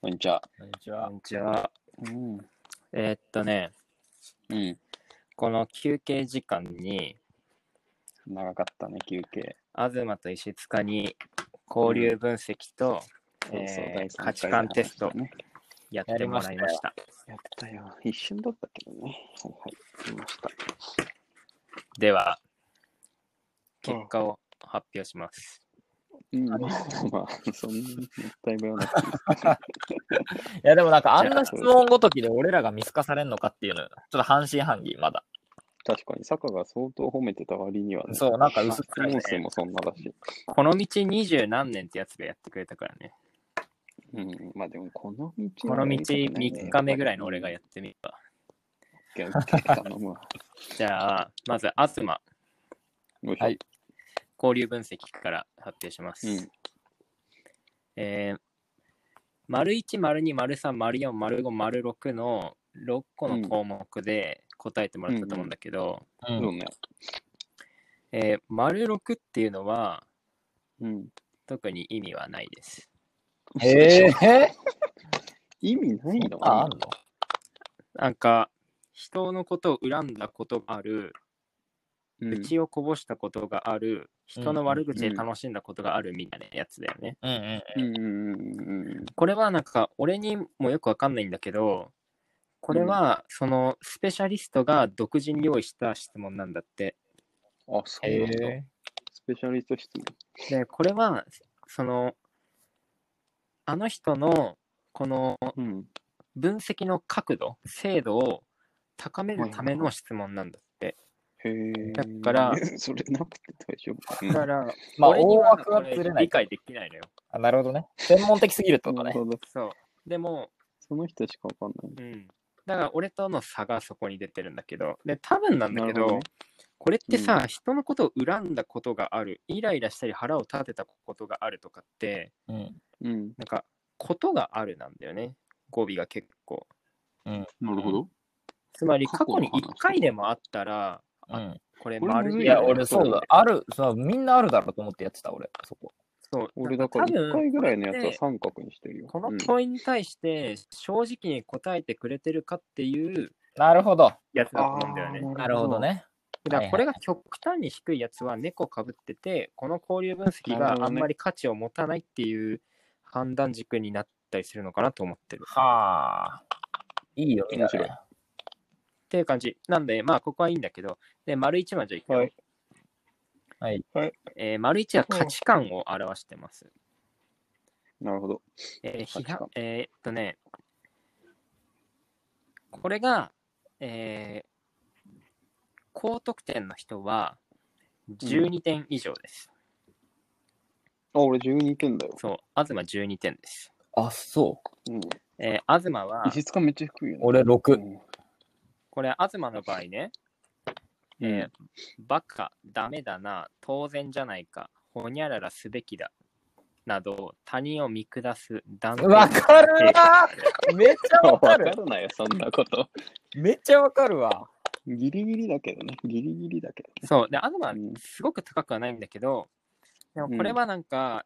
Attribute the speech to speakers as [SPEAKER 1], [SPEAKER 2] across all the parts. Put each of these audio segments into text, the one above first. [SPEAKER 1] こんにちは。
[SPEAKER 2] こんにちは。
[SPEAKER 3] んにちは。
[SPEAKER 1] うん。
[SPEAKER 3] えーっとね、
[SPEAKER 1] うん。
[SPEAKER 3] この休憩時間に、
[SPEAKER 1] 長かったね、休憩。
[SPEAKER 3] 東と石塚に交流分析と、え
[SPEAKER 1] そ
[SPEAKER 3] ー
[SPEAKER 1] うそう第三回
[SPEAKER 3] 価値観テスト
[SPEAKER 1] ね。
[SPEAKER 3] やってもらいました。
[SPEAKER 1] やったよ。一瞬だったけどね。はいはい。見ました。
[SPEAKER 3] では、
[SPEAKER 1] うん
[SPEAKER 3] 結果を発表します。
[SPEAKER 1] うん、まあまあ、そんなにもったいぶ よなくていい
[SPEAKER 2] いや、でもなんかあん
[SPEAKER 1] じゃあ
[SPEAKER 2] な質問ごときで俺らが見透かされんのかっていうの、ちょっと半信半疑、まだ。
[SPEAKER 1] 確かに、坂が相当褒めてた割にはね。
[SPEAKER 2] そう、なんか
[SPEAKER 1] 質
[SPEAKER 2] 薄っぺらいね
[SPEAKER 1] 問数もそんなだし。
[SPEAKER 3] この道二十何年ってやつがやってくれたからね。
[SPEAKER 1] うん。まあでも、この道、
[SPEAKER 3] この道3日目ぐらいの俺がやってみた。
[SPEAKER 1] って頼むわ。
[SPEAKER 3] じゃあ、まず、東、
[SPEAKER 1] よいしょ
[SPEAKER 2] はい。
[SPEAKER 3] 交流分析から発表します。
[SPEAKER 1] うん。
[SPEAKER 3] えー、丸1、丸2、丸3、丸4、丸5、丸6の6個の項目で答えてもらったと思うんだけど、
[SPEAKER 2] う。
[SPEAKER 1] そうんね。
[SPEAKER 3] えー丸6っていうのは
[SPEAKER 1] うん。
[SPEAKER 3] 特に意味はないです。
[SPEAKER 2] えー、
[SPEAKER 1] 意味ないの
[SPEAKER 2] あ、あんの
[SPEAKER 3] なんか、人のことを恨んだことがある、
[SPEAKER 1] うん
[SPEAKER 3] 愚痴をこぼしたことがある、人の悪口で楽しんだことがあるみたいなやつだよね。
[SPEAKER 2] うんうん。
[SPEAKER 1] うんうんうんうん。
[SPEAKER 3] これはなんか、俺にもよくわかんないんだけど、これはそのスペシャリストが独自に用意した質問なんだって。
[SPEAKER 1] あ、そう
[SPEAKER 2] え
[SPEAKER 1] なんだ。スペシャリスト質問。
[SPEAKER 3] で、これは、その、あの人の、この
[SPEAKER 1] うん。
[SPEAKER 3] 分析の角度、精度を高め
[SPEAKER 1] はいはい
[SPEAKER 3] るための質問なんだって。
[SPEAKER 1] へえ。
[SPEAKER 3] だから
[SPEAKER 1] それなくて大丈夫。
[SPEAKER 3] だから、
[SPEAKER 2] まあ、
[SPEAKER 3] 俺に
[SPEAKER 2] 大
[SPEAKER 3] は
[SPEAKER 2] 枠は
[SPEAKER 3] これ
[SPEAKER 2] ずれない
[SPEAKER 3] 理。解できないのよ。
[SPEAKER 2] あなるほどね。専門的すぎるって
[SPEAKER 1] う
[SPEAKER 2] こ
[SPEAKER 1] ん
[SPEAKER 2] と
[SPEAKER 1] な
[SPEAKER 2] ね
[SPEAKER 1] る。ほど。
[SPEAKER 3] そう。でも、
[SPEAKER 1] その人しかわかんない。
[SPEAKER 3] うん。だから、俺との差がそこに出てるんだけど、で、多分なんだ
[SPEAKER 1] な
[SPEAKER 3] け
[SPEAKER 1] る
[SPEAKER 3] ど、
[SPEAKER 1] ほどね
[SPEAKER 3] これってさ、人のことを恨んだことがある、イライラしたり腹を立てたことがあるとかって、
[SPEAKER 2] うん。
[SPEAKER 1] うん。
[SPEAKER 3] なんか、ことがあるなんだよね。語尾が結構。
[SPEAKER 1] な
[SPEAKER 2] るほど。
[SPEAKER 3] つまり
[SPEAKER 1] 過
[SPEAKER 3] 過
[SPEAKER 1] 去
[SPEAKER 3] 去
[SPEAKER 1] の話
[SPEAKER 3] に1回でもあったら、
[SPEAKER 2] う
[SPEAKER 3] あ
[SPEAKER 2] ん、
[SPEAKER 3] これ
[SPEAKER 1] これ
[SPEAKER 3] 丸
[SPEAKER 1] むず
[SPEAKER 3] い
[SPEAKER 2] い
[SPEAKER 1] よね
[SPEAKER 2] や、俺、そうだ。ある、そう、みんなあるだろうと思ってやってた、俺、そこ。
[SPEAKER 3] そう
[SPEAKER 1] 俺だから
[SPEAKER 3] 多
[SPEAKER 1] 1
[SPEAKER 3] 分
[SPEAKER 1] 回ぐらいのやつは三角にしてるよ。
[SPEAKER 3] この
[SPEAKER 1] うん
[SPEAKER 3] 問いに対して正直に答えてくれてるかっていう
[SPEAKER 2] なるほど。
[SPEAKER 3] やつだと思うんだよね。
[SPEAKER 2] なるほど。ね。
[SPEAKER 3] だからこれ
[SPEAKER 2] が、
[SPEAKER 3] が極端に低いやつは猫かぶってて、この交流分析
[SPEAKER 1] なる
[SPEAKER 3] が
[SPEAKER 1] ほど
[SPEAKER 3] あ
[SPEAKER 1] ね
[SPEAKER 3] んまり価値を持たないっていう判断軸になったりするのかなと思ってる。
[SPEAKER 2] はあ。いいよ、みんな、
[SPEAKER 1] 面白い
[SPEAKER 2] ね。
[SPEAKER 3] っていう感じ。なんで、まあ、ここはいいんだけど、で、丸1はじゃあいくよ
[SPEAKER 1] はい
[SPEAKER 2] はい。
[SPEAKER 3] えー丸1は価値観を表してます。
[SPEAKER 1] なるほど。
[SPEAKER 3] えー
[SPEAKER 1] 価値
[SPEAKER 3] 批
[SPEAKER 1] 観
[SPEAKER 3] 判えーっとね、これが、えー高得点の人は12点以上です。
[SPEAKER 1] あ、俺12点だよ。
[SPEAKER 3] そう、東12点です。
[SPEAKER 2] あ、そう。
[SPEAKER 1] うん。
[SPEAKER 3] えー、東は、
[SPEAKER 1] 石塚めっちゃ低いよね。
[SPEAKER 2] 俺、
[SPEAKER 1] う
[SPEAKER 2] 6。
[SPEAKER 1] ん
[SPEAKER 3] これ、東の場合ね、えーバカ、ダメだな、当然じゃないか、ほにゃららすべきだ、など、他人を見下す断定
[SPEAKER 2] わかるわ めっちゃわ
[SPEAKER 1] わ
[SPEAKER 2] か
[SPEAKER 1] か
[SPEAKER 2] る。
[SPEAKER 1] るなよ、そんなこと。
[SPEAKER 2] めっちゃわかるわ。
[SPEAKER 1] ギリギリだけどね。ギリギリだけどね。
[SPEAKER 3] そう、で、東は
[SPEAKER 1] うん
[SPEAKER 3] すごく高くはないんだけど、でもこれはなんか、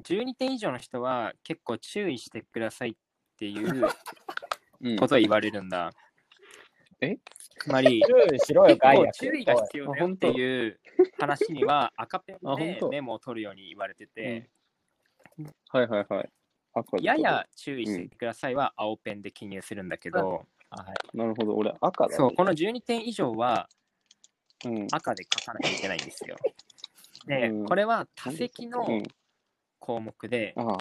[SPEAKER 3] 12点以上の人は結構注意してくださいっていう
[SPEAKER 1] うん
[SPEAKER 3] ことを言われるんだ。
[SPEAKER 1] え
[SPEAKER 3] つま り、
[SPEAKER 2] 注意しろよ、
[SPEAKER 3] 結
[SPEAKER 2] ガイ
[SPEAKER 3] 構
[SPEAKER 2] ア
[SPEAKER 3] 注意が必要だよっていう話には赤ペ
[SPEAKER 1] あ
[SPEAKER 3] ン
[SPEAKER 1] 本
[SPEAKER 3] で
[SPEAKER 1] 当
[SPEAKER 3] メモを取るように言われてて、
[SPEAKER 1] はいはいはい。赤だ
[SPEAKER 3] やや注意してくださいは青ペンで記入するんだけど、
[SPEAKER 2] はい。
[SPEAKER 1] なるほど、俺赤だね。
[SPEAKER 3] そう、この12点以上は
[SPEAKER 1] うん。
[SPEAKER 3] 赤で書かなきゃいけないんですよ。で
[SPEAKER 1] うん、
[SPEAKER 3] これは多席
[SPEAKER 1] う
[SPEAKER 3] の
[SPEAKER 1] ん
[SPEAKER 3] 項目で、
[SPEAKER 1] あ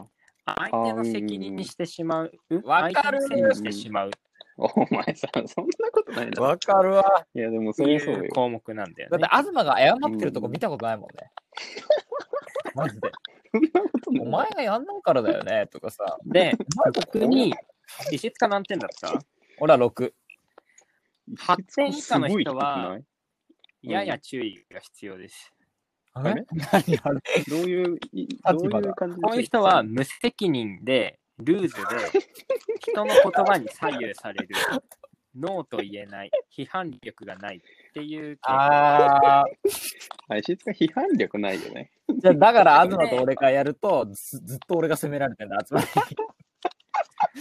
[SPEAKER 1] あ。
[SPEAKER 3] 相手の責任にしてしまう、
[SPEAKER 2] わかる
[SPEAKER 3] 相手のせいにしてしまうっ
[SPEAKER 1] お前さ、そんなことないだろ。
[SPEAKER 2] わかるわ。
[SPEAKER 1] いや、でも
[SPEAKER 3] て
[SPEAKER 1] そ
[SPEAKER 3] い
[SPEAKER 1] れはそう
[SPEAKER 3] う
[SPEAKER 1] よ。
[SPEAKER 3] 項目なんだよ
[SPEAKER 2] だっ
[SPEAKER 3] ね
[SPEAKER 2] て、。東が謝ってるとこ見たことないもん ね。マジで。
[SPEAKER 1] そんなことない。
[SPEAKER 2] お前がやんないからだよね、とかさ。
[SPEAKER 3] で、
[SPEAKER 2] お前
[SPEAKER 3] 逆に、石塚何点だった
[SPEAKER 2] 俺は6。
[SPEAKER 3] 8点以下の人は
[SPEAKER 1] すん
[SPEAKER 3] やや注意が必要です。
[SPEAKER 2] あ
[SPEAKER 1] れ
[SPEAKER 2] 何あ
[SPEAKER 1] ご
[SPEAKER 2] れ
[SPEAKER 1] い低くないどういう、い
[SPEAKER 2] だ
[SPEAKER 1] どういう感じで
[SPEAKER 3] こういう人は、無責任で、ルーズで、人の言葉に左右される、ノーと言えない、批判力がないっていう傾向
[SPEAKER 2] あー
[SPEAKER 1] あ石塚批判力ないよね。
[SPEAKER 2] じゃあだから東と俺がやるとずずっと俺が責められてるんだ集まり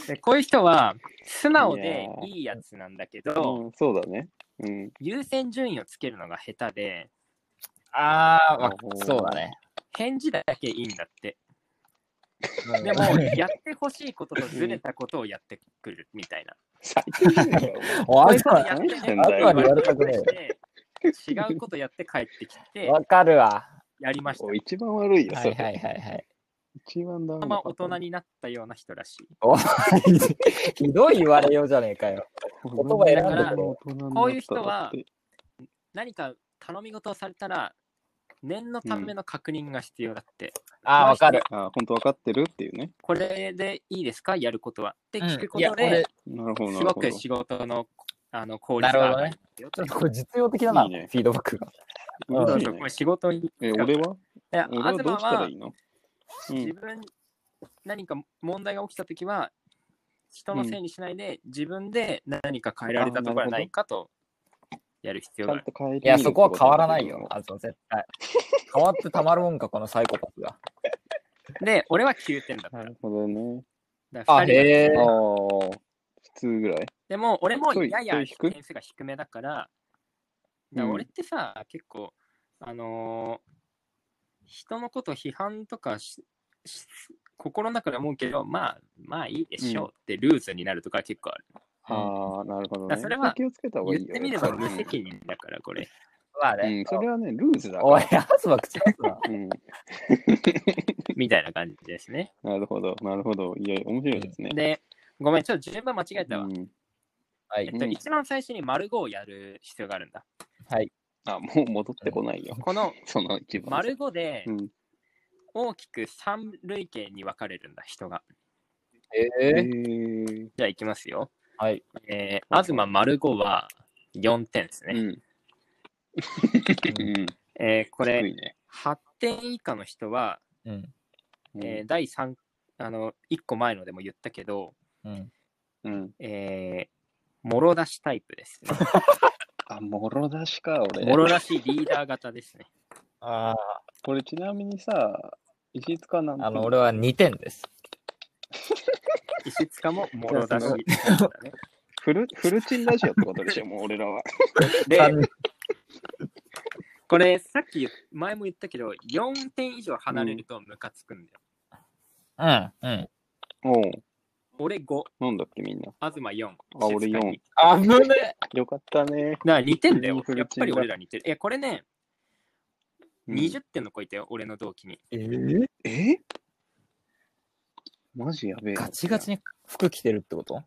[SPEAKER 3] でこういう人は、素直
[SPEAKER 1] いや
[SPEAKER 3] で
[SPEAKER 1] ー
[SPEAKER 3] いいやつなんだけ
[SPEAKER 1] う
[SPEAKER 3] ど、
[SPEAKER 1] ん、そうだね。うん。
[SPEAKER 3] 優先順位をつけるのが下手で、
[SPEAKER 2] あー、わ
[SPEAKER 1] おー
[SPEAKER 2] そうだね。
[SPEAKER 3] 返事だけいいんだって。で
[SPEAKER 2] で
[SPEAKER 3] も
[SPEAKER 2] も、、
[SPEAKER 3] やってほしいこととずれたことをやってくるみたいな。
[SPEAKER 1] 最低だよ。
[SPEAKER 2] お
[SPEAKER 3] こ
[SPEAKER 2] あ
[SPEAKER 3] い
[SPEAKER 2] い
[SPEAKER 3] つ
[SPEAKER 2] つ
[SPEAKER 3] は
[SPEAKER 2] は
[SPEAKER 3] やっ
[SPEAKER 1] 何
[SPEAKER 3] てね
[SPEAKER 1] してん
[SPEAKER 2] あ
[SPEAKER 1] だ
[SPEAKER 2] くま
[SPEAKER 1] よ
[SPEAKER 2] で。やるたくね
[SPEAKER 3] して違うことやって帰ってきて、
[SPEAKER 2] わかるわ。
[SPEAKER 3] やりました
[SPEAKER 1] お。一番悪いよ、
[SPEAKER 2] は
[SPEAKER 1] そ
[SPEAKER 2] い
[SPEAKER 1] れ。
[SPEAKER 2] はいはいはい。
[SPEAKER 1] 一番ダメ
[SPEAKER 3] ま
[SPEAKER 1] だ。
[SPEAKER 3] あまあ大人になったような人らしい。
[SPEAKER 2] お ひどい言われようじゃねえかよ。
[SPEAKER 1] 言
[SPEAKER 2] 葉選
[SPEAKER 3] んでて
[SPEAKER 1] こ
[SPEAKER 3] こういう人は何か頼み事をされたら、念のための確認が必要だって、
[SPEAKER 2] あー、わかる。
[SPEAKER 1] ああ、本当分かってるっていうね。
[SPEAKER 3] これでいいですかやることは。って聞くこ
[SPEAKER 2] いや、
[SPEAKER 3] と
[SPEAKER 2] 俺
[SPEAKER 3] で、、
[SPEAKER 1] なるほど、な
[SPEAKER 3] す
[SPEAKER 1] る
[SPEAKER 3] ご
[SPEAKER 1] ほど
[SPEAKER 3] く。仕事のあの効率が上がるんですよ
[SPEAKER 2] ちょっとこれ実用的だな、
[SPEAKER 1] いいね
[SPEAKER 2] フィードバックが。
[SPEAKER 3] そう
[SPEAKER 2] ほ
[SPEAKER 3] そう
[SPEAKER 2] ど
[SPEAKER 1] 嬉しいう
[SPEAKER 3] そこれ
[SPEAKER 1] ね
[SPEAKER 3] 仕事に。
[SPEAKER 1] え、俺は
[SPEAKER 3] で
[SPEAKER 1] 俺はどう
[SPEAKER 3] 東
[SPEAKER 1] したら
[SPEAKER 3] はい
[SPEAKER 1] いのう
[SPEAKER 3] 自
[SPEAKER 1] ん。
[SPEAKER 3] 分、何か問題が起きたときは、人のせいにしないで、自分で何か変えられたところはないかと、やる必
[SPEAKER 1] ち
[SPEAKER 3] 要
[SPEAKER 1] ゃ
[SPEAKER 3] があ
[SPEAKER 1] ん
[SPEAKER 3] る。
[SPEAKER 1] と変えて
[SPEAKER 2] いや、そこは変わらないよ、
[SPEAKER 1] あ
[SPEAKER 2] あずは絶対。変わってたまるもんか、このサイコパスが。
[SPEAKER 3] で、俺は9点だった。
[SPEAKER 1] なるほどね。
[SPEAKER 3] だから
[SPEAKER 2] あ、
[SPEAKER 3] 二人は
[SPEAKER 2] へえ
[SPEAKER 1] あ。あ、普通ぐらい。
[SPEAKER 3] でも、俺も
[SPEAKER 1] 低い
[SPEAKER 3] や
[SPEAKER 1] 低
[SPEAKER 3] や
[SPEAKER 1] い低い
[SPEAKER 3] 点数が低めだから、だから
[SPEAKER 1] うん
[SPEAKER 3] 俺ってさ、結構、あのー人のことを批判とかしし心の中で思うけど、まあ、まあいいでしょうってルーズになるとか結構ある。
[SPEAKER 1] ああ、なるほどね。
[SPEAKER 3] だからそれは
[SPEAKER 1] 気をつけた方がい
[SPEAKER 3] 言っ
[SPEAKER 1] いよ。
[SPEAKER 3] てみれば無責任だから、これ。
[SPEAKER 2] まあ
[SPEAKER 1] う
[SPEAKER 2] ね
[SPEAKER 1] ん、。それはね、ルーズだか
[SPEAKER 2] おい、
[SPEAKER 1] ら。
[SPEAKER 2] あずは口出すな。
[SPEAKER 1] うん、
[SPEAKER 3] みたいな感じですね。
[SPEAKER 1] なるほど、なるほど。いや、面白いですね。
[SPEAKER 3] で、ごめん、ちょっと順番間違えたわ。
[SPEAKER 1] うん
[SPEAKER 2] は
[SPEAKER 3] え
[SPEAKER 2] い
[SPEAKER 3] っ。と、
[SPEAKER 1] うん
[SPEAKER 3] 一番最初に丸5をやる必要があるんだ。
[SPEAKER 2] はい。
[SPEAKER 1] あ、もう戻ってこないよ。
[SPEAKER 3] この
[SPEAKER 1] その一番。
[SPEAKER 3] 丸5で
[SPEAKER 1] うん、
[SPEAKER 3] 大きく三類型に分かれるんだ、人が。
[SPEAKER 2] え
[SPEAKER 1] え
[SPEAKER 2] ー
[SPEAKER 1] ー、
[SPEAKER 3] じゃあ、いきますよ。
[SPEAKER 2] はい。
[SPEAKER 3] えー、東丸5は4点です
[SPEAKER 1] う
[SPEAKER 3] ね。
[SPEAKER 1] ん。うん、
[SPEAKER 3] えーこ
[SPEAKER 1] 低
[SPEAKER 3] れ、
[SPEAKER 1] いね
[SPEAKER 3] 8点以下の人は、
[SPEAKER 2] うん。
[SPEAKER 1] うん
[SPEAKER 3] えー第3、あの、1個前のでも言ったけど、
[SPEAKER 2] うん。
[SPEAKER 1] うん。
[SPEAKER 3] えー、もろ出しタイプで すね。
[SPEAKER 1] あ、もろ出しか、俺。
[SPEAKER 3] もろ出しリーダー型で すね。
[SPEAKER 2] あ
[SPEAKER 1] これちなみにさ、石塚なん
[SPEAKER 2] あ、あの、俺は2点です。
[SPEAKER 3] 石塚ももろ出し。
[SPEAKER 1] フル、フルチンラジオってことでしょ、もう俺らは。
[SPEAKER 3] で、
[SPEAKER 2] 三
[SPEAKER 3] これさっき前も言ったけど4点以上離れるとムカつくんだよ、
[SPEAKER 2] うん。うん。
[SPEAKER 1] おう
[SPEAKER 3] 俺5
[SPEAKER 1] なんだっけ、みんな。
[SPEAKER 3] 東4
[SPEAKER 1] あ俺四
[SPEAKER 3] 静かに
[SPEAKER 2] あぶね
[SPEAKER 1] よかったね。
[SPEAKER 3] だから似てんだよ
[SPEAKER 1] フ
[SPEAKER 3] や
[SPEAKER 1] ル
[SPEAKER 3] っ
[SPEAKER 1] チン
[SPEAKER 3] ぱ
[SPEAKER 1] だ
[SPEAKER 3] り俺ら似てるいやこれね、
[SPEAKER 1] うん
[SPEAKER 3] 20点の子いたよ俺の同期に
[SPEAKER 2] えー
[SPEAKER 1] えマジやべえ。
[SPEAKER 2] ガチガチに服着てるってこと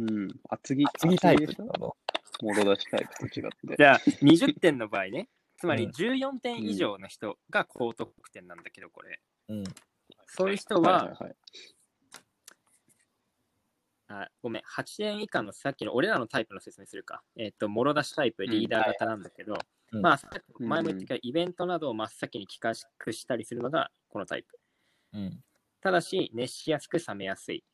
[SPEAKER 1] うん。厚着、
[SPEAKER 2] 次タイプ
[SPEAKER 1] 厚
[SPEAKER 2] っ
[SPEAKER 1] 着で
[SPEAKER 2] て
[SPEAKER 1] しょ
[SPEAKER 2] こと
[SPEAKER 1] もろ出しタイプと違って。
[SPEAKER 3] じ ゃあ20点の場合ねつまり
[SPEAKER 2] うん
[SPEAKER 3] 14点以上の人が高得点なんだけどこれ
[SPEAKER 2] うん。
[SPEAKER 3] そういう人は,、
[SPEAKER 1] はいはいはい。
[SPEAKER 3] あごめん8点以下のさっきの俺らのタイプの説明するかえっ、ともろ出しタイプ
[SPEAKER 1] ん
[SPEAKER 3] リーダー型なんだけど、
[SPEAKER 2] うん
[SPEAKER 3] まあさっき前も言ったけど、イベントなどを真っ先に企画したりするのがこのタイプ
[SPEAKER 2] うん。
[SPEAKER 3] ただし、熱しやすく冷めやすい。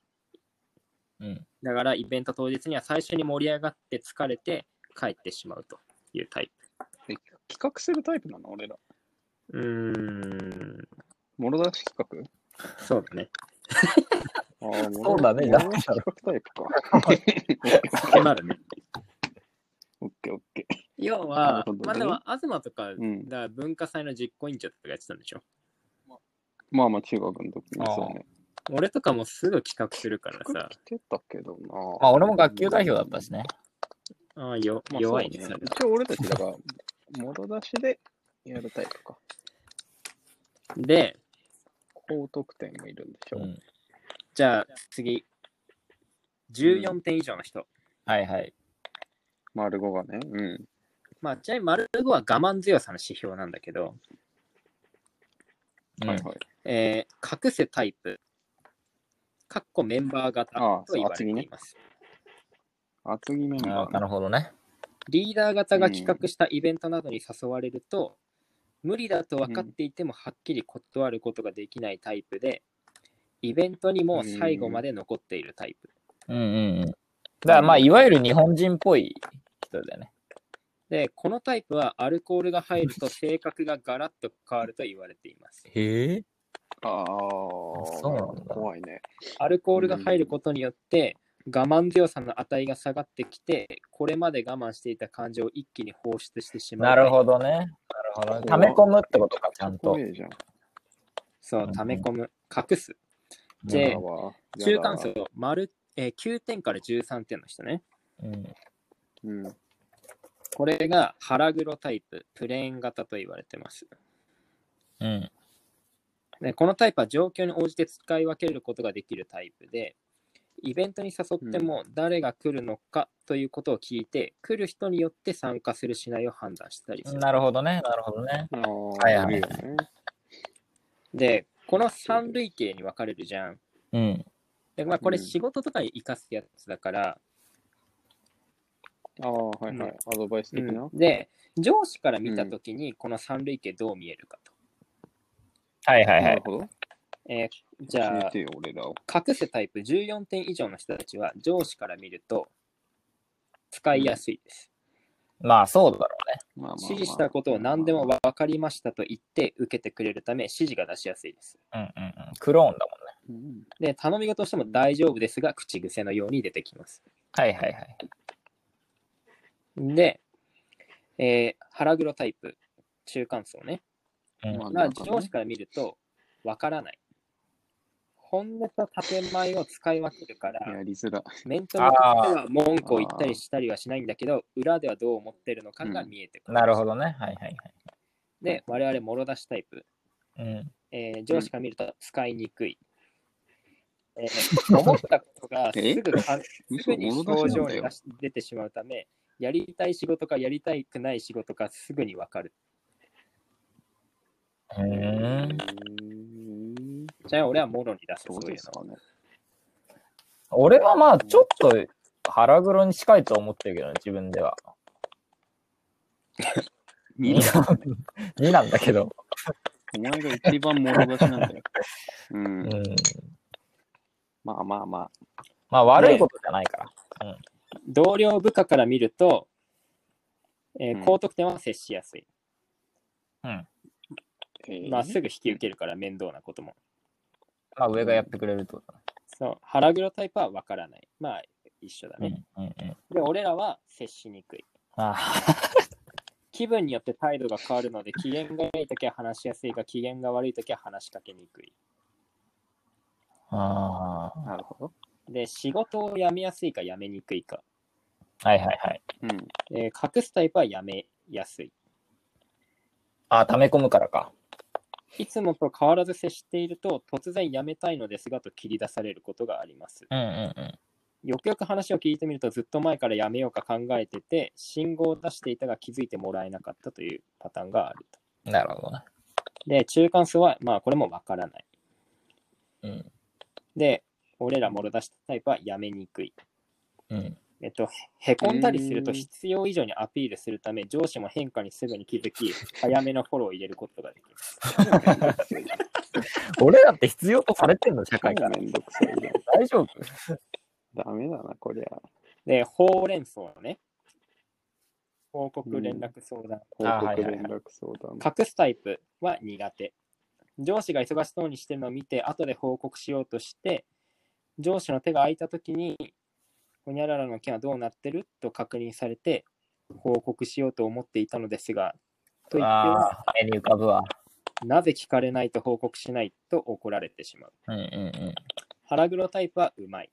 [SPEAKER 2] うん。
[SPEAKER 3] だから、イベント当日には最初に盛り上がって疲れて帰ってしまうというタイ
[SPEAKER 1] え企画するタイプなの俺ら。
[SPEAKER 3] プ。うーん、
[SPEAKER 1] もろ出し企
[SPEAKER 3] そう だね。
[SPEAKER 1] 画 ああ、
[SPEAKER 2] そうだね
[SPEAKER 1] もろ出し企画タイプか。
[SPEAKER 3] そうなるね。
[SPEAKER 1] オッケーオッケ
[SPEAKER 3] 要
[SPEAKER 1] なる
[SPEAKER 3] は
[SPEAKER 1] ほど、ね
[SPEAKER 3] まあでも、東とか、
[SPEAKER 1] ー。うん
[SPEAKER 3] だ。から文化祭の実行委員長とかやってたんでしょ。
[SPEAKER 1] まあまあ、中学の時にそうね。
[SPEAKER 3] 俺とかもすぐ企画するから
[SPEAKER 1] 服
[SPEAKER 3] さ
[SPEAKER 1] 着、てたけどな。
[SPEAKER 2] まあ、俺も学級代表だったしね。
[SPEAKER 3] ああよ
[SPEAKER 1] まあ
[SPEAKER 3] 弱いね。
[SPEAKER 1] そう
[SPEAKER 3] それは
[SPEAKER 1] 一応俺たちだから、 もろ出しでやるタイプか。
[SPEAKER 3] で、
[SPEAKER 1] 高得点もいるんでしょ。
[SPEAKER 2] うん。
[SPEAKER 3] じゃあ次、14点以上の人。
[SPEAKER 2] はいはい。
[SPEAKER 1] 丸五がね。うん。
[SPEAKER 3] まあ、ちなみに、丸5は我慢強さの指標なんだけど、
[SPEAKER 2] うん
[SPEAKER 1] はいはい。
[SPEAKER 3] えー隠せタイプ、かっこメンバー型
[SPEAKER 1] ああ
[SPEAKER 3] と言われ
[SPEAKER 1] そう厚
[SPEAKER 3] て
[SPEAKER 1] 着ね
[SPEAKER 3] います、
[SPEAKER 1] 厚木メン
[SPEAKER 2] あ
[SPEAKER 1] バ
[SPEAKER 2] ー
[SPEAKER 1] ー
[SPEAKER 2] な
[SPEAKER 1] ね。
[SPEAKER 2] るほどね。
[SPEAKER 3] リーダー型が企画したイベントなどに誘われると、無理だと分かっていてもはっきり断ることができないタイプで、イベントにも最後まで残っているタイプ。
[SPEAKER 2] うんうんうん。だからまあ、いわゆる日本人っぽい人だよね。
[SPEAKER 3] で、このタイプはアルコールが入ると性格がガラッと変わると言われています。
[SPEAKER 2] へえ。
[SPEAKER 1] ああ、
[SPEAKER 2] そうなんだ
[SPEAKER 1] 怖いね。
[SPEAKER 3] アルコールが入ることによって、我慢強さの値が下がってきて、これまで我慢していた感情を一気に放出してしまう。
[SPEAKER 2] なるほどね。なるほど、ね。溜め込むってことか、ちゃんと
[SPEAKER 1] 怖。えじゃん。
[SPEAKER 3] そう、溜め込む、隠す。
[SPEAKER 1] や
[SPEAKER 3] で
[SPEAKER 1] だわ
[SPEAKER 3] 中間。層
[SPEAKER 1] やだわ、
[SPEAKER 3] 丸、えー9点から13点の人ね。
[SPEAKER 2] うん、
[SPEAKER 1] うん。
[SPEAKER 3] これが腹黒タイプ、プレーン型と言われてます。
[SPEAKER 2] うん、
[SPEAKER 3] でこのタイプは状況に応じて使い分けることができるタイプで、イベントに誘っても誰が来るのかということを聞いて、来る人によって参加するしないを判断したりする。
[SPEAKER 2] なるほどね、なるほどね。
[SPEAKER 1] あー
[SPEAKER 2] はいはい
[SPEAKER 1] るよね
[SPEAKER 3] で、この三類型に分かれるじゃん。
[SPEAKER 2] うん、
[SPEAKER 3] で、まあ、これ
[SPEAKER 1] うん
[SPEAKER 3] 仕事とかに活かすやつだから、
[SPEAKER 1] ああ、はいは
[SPEAKER 3] う
[SPEAKER 1] い。アドバイス的な。
[SPEAKER 3] で、上司から見たときにこの三類型どう見えるかと。
[SPEAKER 2] はいはいは
[SPEAKER 1] ないる。ほど。
[SPEAKER 3] えーじゃあ
[SPEAKER 1] 決、めてよ、俺らを。
[SPEAKER 3] 隠すタイプ14点以上の人たちは上司から見ると使いやすいです。
[SPEAKER 2] まあそうだろ
[SPEAKER 1] まあまあまあ
[SPEAKER 3] 指示したことを何でも分かりましたと言って受けてくれるため指示が出しやすいです。
[SPEAKER 2] うね。うんうんうん。クローンだもんね。
[SPEAKER 1] うん
[SPEAKER 3] で、頼み事をしても大丈夫ですが口癖のように出てきます。
[SPEAKER 2] はいはいはい。
[SPEAKER 3] で、えー腹黒タイプ、中間層ね。
[SPEAKER 2] うん
[SPEAKER 1] まあ
[SPEAKER 3] ま
[SPEAKER 1] な
[SPEAKER 3] あ、
[SPEAKER 1] んかね
[SPEAKER 3] 上司から見ると分からない。本音と建前を使い分けるから、
[SPEAKER 1] やりづら。
[SPEAKER 3] 面と向かっては文句を言ったりしたりはしないんだけど、裏ではどう思ってるのかが見えてくる。
[SPEAKER 2] なるほどね。はいはい
[SPEAKER 3] で、我々、もろ出しタイプ。
[SPEAKER 2] はい。うん。
[SPEAKER 3] えー上司から見ると使いにくい。えー思ったことがす
[SPEAKER 1] え
[SPEAKER 3] ぐかすぐに
[SPEAKER 1] 嘘物
[SPEAKER 3] 表
[SPEAKER 1] 出しなん
[SPEAKER 3] 情
[SPEAKER 1] だ
[SPEAKER 3] に
[SPEAKER 1] よ
[SPEAKER 3] 出し出てしまうため、やりたい仕事かやりたくない仕事かすぐに分かる。
[SPEAKER 2] うーん。
[SPEAKER 1] ん。
[SPEAKER 3] じゃあ、俺はもろに出す、
[SPEAKER 1] ど
[SPEAKER 3] そううい
[SPEAKER 1] で
[SPEAKER 3] う
[SPEAKER 1] すかね。
[SPEAKER 2] 俺はまあちょっと腹黒に近いと思ってるけどね、自分では。
[SPEAKER 1] 見ろ
[SPEAKER 2] 2なんだけど。
[SPEAKER 1] お前が一番もろ出しなんだ よ。う。
[SPEAKER 2] うんん。
[SPEAKER 1] まあまあま
[SPEAKER 2] まあ悪いことじゃないから。
[SPEAKER 3] の。同僚部下から見ると、えー
[SPEAKER 1] うん
[SPEAKER 3] 高得点は接しやすい。
[SPEAKER 1] あ。えー
[SPEAKER 3] まあ、すぐ引き受けるから面倒なことも。
[SPEAKER 2] まあ上がやってくれるってことだ
[SPEAKER 3] そう、腹黒タイプは分からない。まあ、一緒だね。
[SPEAKER 2] ね。うんうんうん。
[SPEAKER 3] で、俺らは接しにくい。
[SPEAKER 2] ああ。
[SPEAKER 3] 気分によって態度が変わるので、機嫌がいいときは話しやすいが、機嫌が悪いときは話しかけにくい。
[SPEAKER 2] ああ。
[SPEAKER 1] なるほど。
[SPEAKER 3] で、仕事を辞めやすいか辞めにくいか。
[SPEAKER 2] はいはいはい。
[SPEAKER 1] うん。
[SPEAKER 3] えー隠すタイプは辞めやすい。
[SPEAKER 2] ああ、溜め込むからか。
[SPEAKER 3] いつもと変わらず接していると、突然辞めたいのですがと切り出されることがあります。
[SPEAKER 2] うんうんうん。
[SPEAKER 3] よくよく話を聞いてみると、ずっと前から辞めようか考えてて、信号を出していたが気づいてもらえなかったというパターンがあると。
[SPEAKER 2] なるほどね。
[SPEAKER 3] で、中間層は、まあ、これもわからない。
[SPEAKER 2] うん。
[SPEAKER 3] で、俺らもろ出しタイプは辞めにくい。
[SPEAKER 2] うん。
[SPEAKER 3] えっと、へこんだりすると必要以上にアピールするため、上司も変化にすぐに気づき、早めのフォローを入れることができます。
[SPEAKER 2] 俺だって必要とされてんの、社会から。
[SPEAKER 1] めんどくさいじゃん。
[SPEAKER 2] 大丈夫
[SPEAKER 1] ダメだな、こりゃ。
[SPEAKER 3] で、ほうれん草ね。報告、連絡、相談。
[SPEAKER 2] あ
[SPEAKER 1] 報
[SPEAKER 2] はい
[SPEAKER 1] 告
[SPEAKER 2] はいはい
[SPEAKER 1] 連絡相談。
[SPEAKER 3] 隠すタイプは苦手。上司が忙しそうにしてるのを見て、後で報告しようとして、上司の手が空いたときに、ほにゃららの件はどうなってると確認されて、報告しようと思っていたのですが、と言っては、
[SPEAKER 2] ああ、目に浮かぶわ。
[SPEAKER 3] なぜ聞かれないと報告しないと怒られてしまう。
[SPEAKER 2] うんうん
[SPEAKER 3] 腹黒タイプはうまい。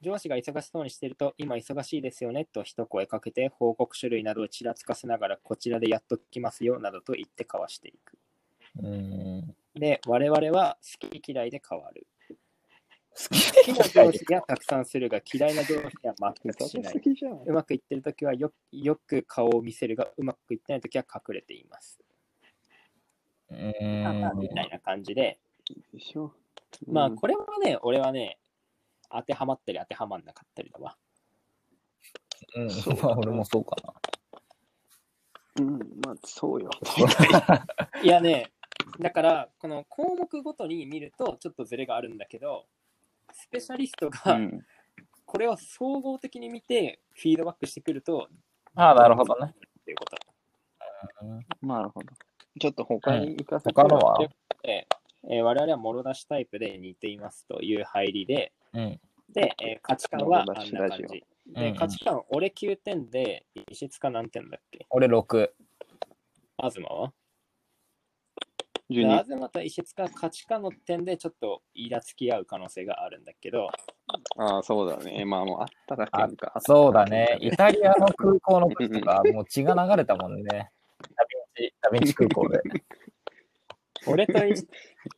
[SPEAKER 3] 上司が忙しそうにしてると、今忙しいですよねと一声かけて、報告書類などをちらつかせながら、こちらでやっときますよなどと言って交わしていく。
[SPEAKER 2] うん。うん。
[SPEAKER 3] で、我々は好き嫌いで変わる。
[SPEAKER 2] 好き
[SPEAKER 3] 好きな上司にはたくさんするが、嫌いな上司には全く
[SPEAKER 1] 下
[SPEAKER 3] し
[SPEAKER 1] 手
[SPEAKER 3] な
[SPEAKER 1] す
[SPEAKER 3] い。
[SPEAKER 1] ぎじゃん。
[SPEAKER 3] うまくいってるときはよよく顔を見せるが、うまくいってないときは隠れています。
[SPEAKER 2] う
[SPEAKER 3] み
[SPEAKER 2] ん
[SPEAKER 3] た。いな感じで、
[SPEAKER 1] でしょ。
[SPEAKER 3] まあ
[SPEAKER 1] うん
[SPEAKER 3] これはね、俺はね、当てはまったり当てはまんなかったりだわ。
[SPEAKER 2] うん
[SPEAKER 1] そう、
[SPEAKER 2] まあ俺もそうかな。
[SPEAKER 1] うん、まあ、そう よ。
[SPEAKER 3] いや ね、だから、この項目ごとに見るとちょっとズレがあるんだけど、スペシャリスト
[SPEAKER 1] う
[SPEAKER 3] が
[SPEAKER 1] ん、
[SPEAKER 3] これを総合的に見てフィードバックしてくると、
[SPEAKER 2] ああ、なるほどね。
[SPEAKER 3] っていうこと。
[SPEAKER 1] なるほど。ちょっと他に行かせて
[SPEAKER 2] 他のは
[SPEAKER 3] でえー我々はもろ出しタイプで似ていますという入りで、
[SPEAKER 2] うん。
[SPEAKER 3] で、えー価値観はあん
[SPEAKER 1] 諸出し
[SPEAKER 3] な
[SPEAKER 1] ラ
[SPEAKER 3] 感
[SPEAKER 1] ジオ
[SPEAKER 3] じ。
[SPEAKER 2] うん
[SPEAKER 3] で、
[SPEAKER 2] うん
[SPEAKER 3] 価値観、俺9点で、石塚何点だっけ
[SPEAKER 2] 俺6。
[SPEAKER 3] 東はで
[SPEAKER 1] 12。
[SPEAKER 3] 東と石塚は価値観の点でちょっとイラつき合う可能性があるんだ けど、
[SPEAKER 1] ああ、そうだね。まあもうあっただけか。
[SPEAKER 2] そうだね。イタリアの空港の時とか、もう血が流れたもんね。ダヴィンチ、ダヴィンチ空 港で。
[SPEAKER 3] 俺と石
[SPEAKER 1] め